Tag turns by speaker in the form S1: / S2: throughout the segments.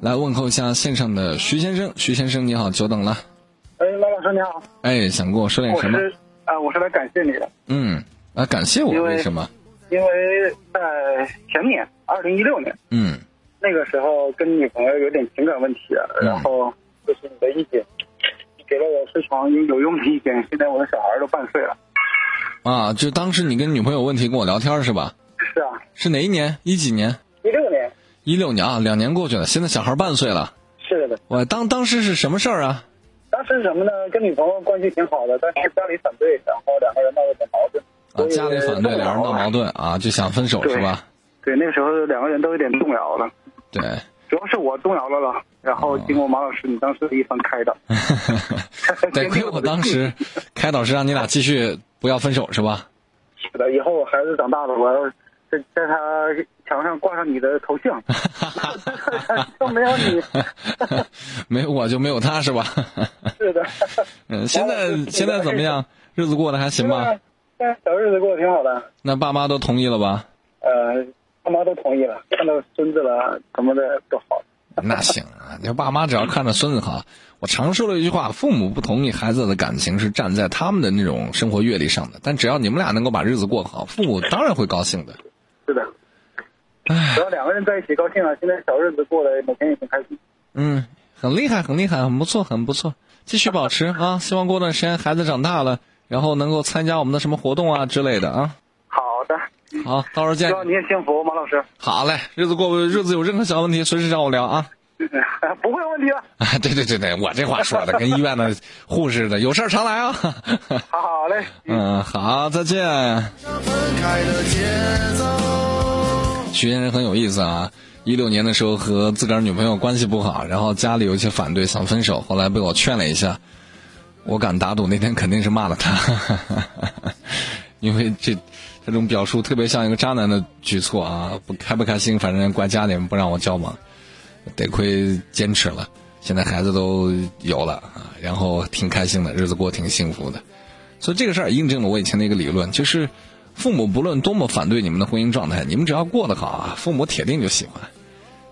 S1: 来问候一下线上的徐先生，徐先生你好，久等了。
S2: 哎，老老师你好，
S1: 哎，想跟我说点
S2: 我
S1: 什么？
S2: 是啊、我是来感谢你的，
S1: 嗯，啊，感谢我
S2: 因为
S1: 为什么？
S2: 因为在前年，二零一六年
S1: 嗯
S2: 那个时候跟女朋友有点情感问题，啊然后就是你的意见，你给了我非常有用的意见。现在我的小孩都半岁了，
S1: 啊，就当时你跟女朋友问题跟我聊天是吧？
S2: 是啊，
S1: 是哪一年？一几年？
S2: 一六年，
S1: 一六年啊，两年过去了，现在小孩半岁了。
S2: 是的，
S1: 我当当时是什么事儿啊？
S2: 当时是什么呢？跟女朋友关系挺好的，但是家里反对，然后两个人闹了点矛盾。
S1: 啊，
S2: 所以
S1: 家里反对，两人闹矛
S2: 动摇了。
S1: 盾啊，就想分手
S2: 对
S1: 是吧？
S2: 对，那时候两个人都有点动摇了，
S1: 对，
S2: 主要是我动摇了了。然后
S1: 啊
S2: 经过马老师你当时的一番开导，
S1: 得亏我当时开导是让你俩继续不要分手是吧？
S2: 是的，以后我孩子长大了，我要在在他墙上挂上你的头 像，都没有 你。
S1: 没有我就没有他是吧？
S2: 是的，
S1: 嗯，现
S2: 哦
S1: 在现在怎么样？日子过得 还行
S2: 啊
S1: 吧？？
S2: 现在小日子过得挺好的，
S1: 那爸妈都同意了 吧？
S2: 呃，爸妈都同意了，看到孙子了什么的都好。
S1: 那行啊，你爸妈只要看着孙子好。我常说了一句话：父母不同意孩子的感情是站在他们的那种生活阅历上的，但只要你们俩能够把日子过好，父母当然会高兴的。
S2: 是的，只要两个人在一起高兴了，现在小日子过得每天也挺开心。
S1: 嗯，很厉害，很厉害，很不错，很不错，继续保持 啊！希望过段时间孩子长大了，然后能够参加我们的什么活动啊之类的啊。
S2: 好的，
S1: 好，到时候见
S2: 希。望你也幸福，马老师。
S1: 好嘞，日子过日子有任何小问题，随时找我聊啊。
S2: 不会有问题的。
S1: 啊， 对对对对，我这话说的跟医院的护士的有事儿常来啊。
S2: 好好 嘞，
S1: 嗯，好，再见。
S3: 分开的节奏。
S1: 徐先生很有意思啊，一六年的时候和自个儿女朋友关系不好，然后家里有一些反对，想分手，后来被我劝了一下，我敢打赌那天肯定是骂了他， 因为这这种表述特别像一个渣男的举措啊，不开不开心，反正怪家里人不让我交往，得亏坚持了，现在孩子都有了啊，然后挺开心的，日子过得挺幸福的。所以这个事儿印证了我以前的一个理论，就是父母不论多么反对你们的婚姻状态，你们只要过得好啊，父母铁定就喜欢；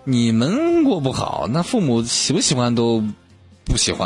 S1: 你们过不好，那父母喜不喜欢都不喜欢。